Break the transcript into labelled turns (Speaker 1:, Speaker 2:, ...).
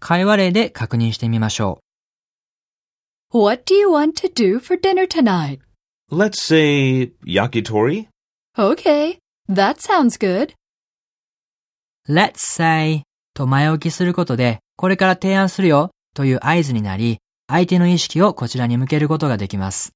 Speaker 1: 会話例で確認してみましょ
Speaker 2: What do you want to do for dinner tonight?
Speaker 3: Let's say yakitori?
Speaker 2: Okay, that sounds good.
Speaker 1: う。Let's say と前置きすることで、これから提案するよという合図になり、相手の意識をこちらに向けることができます。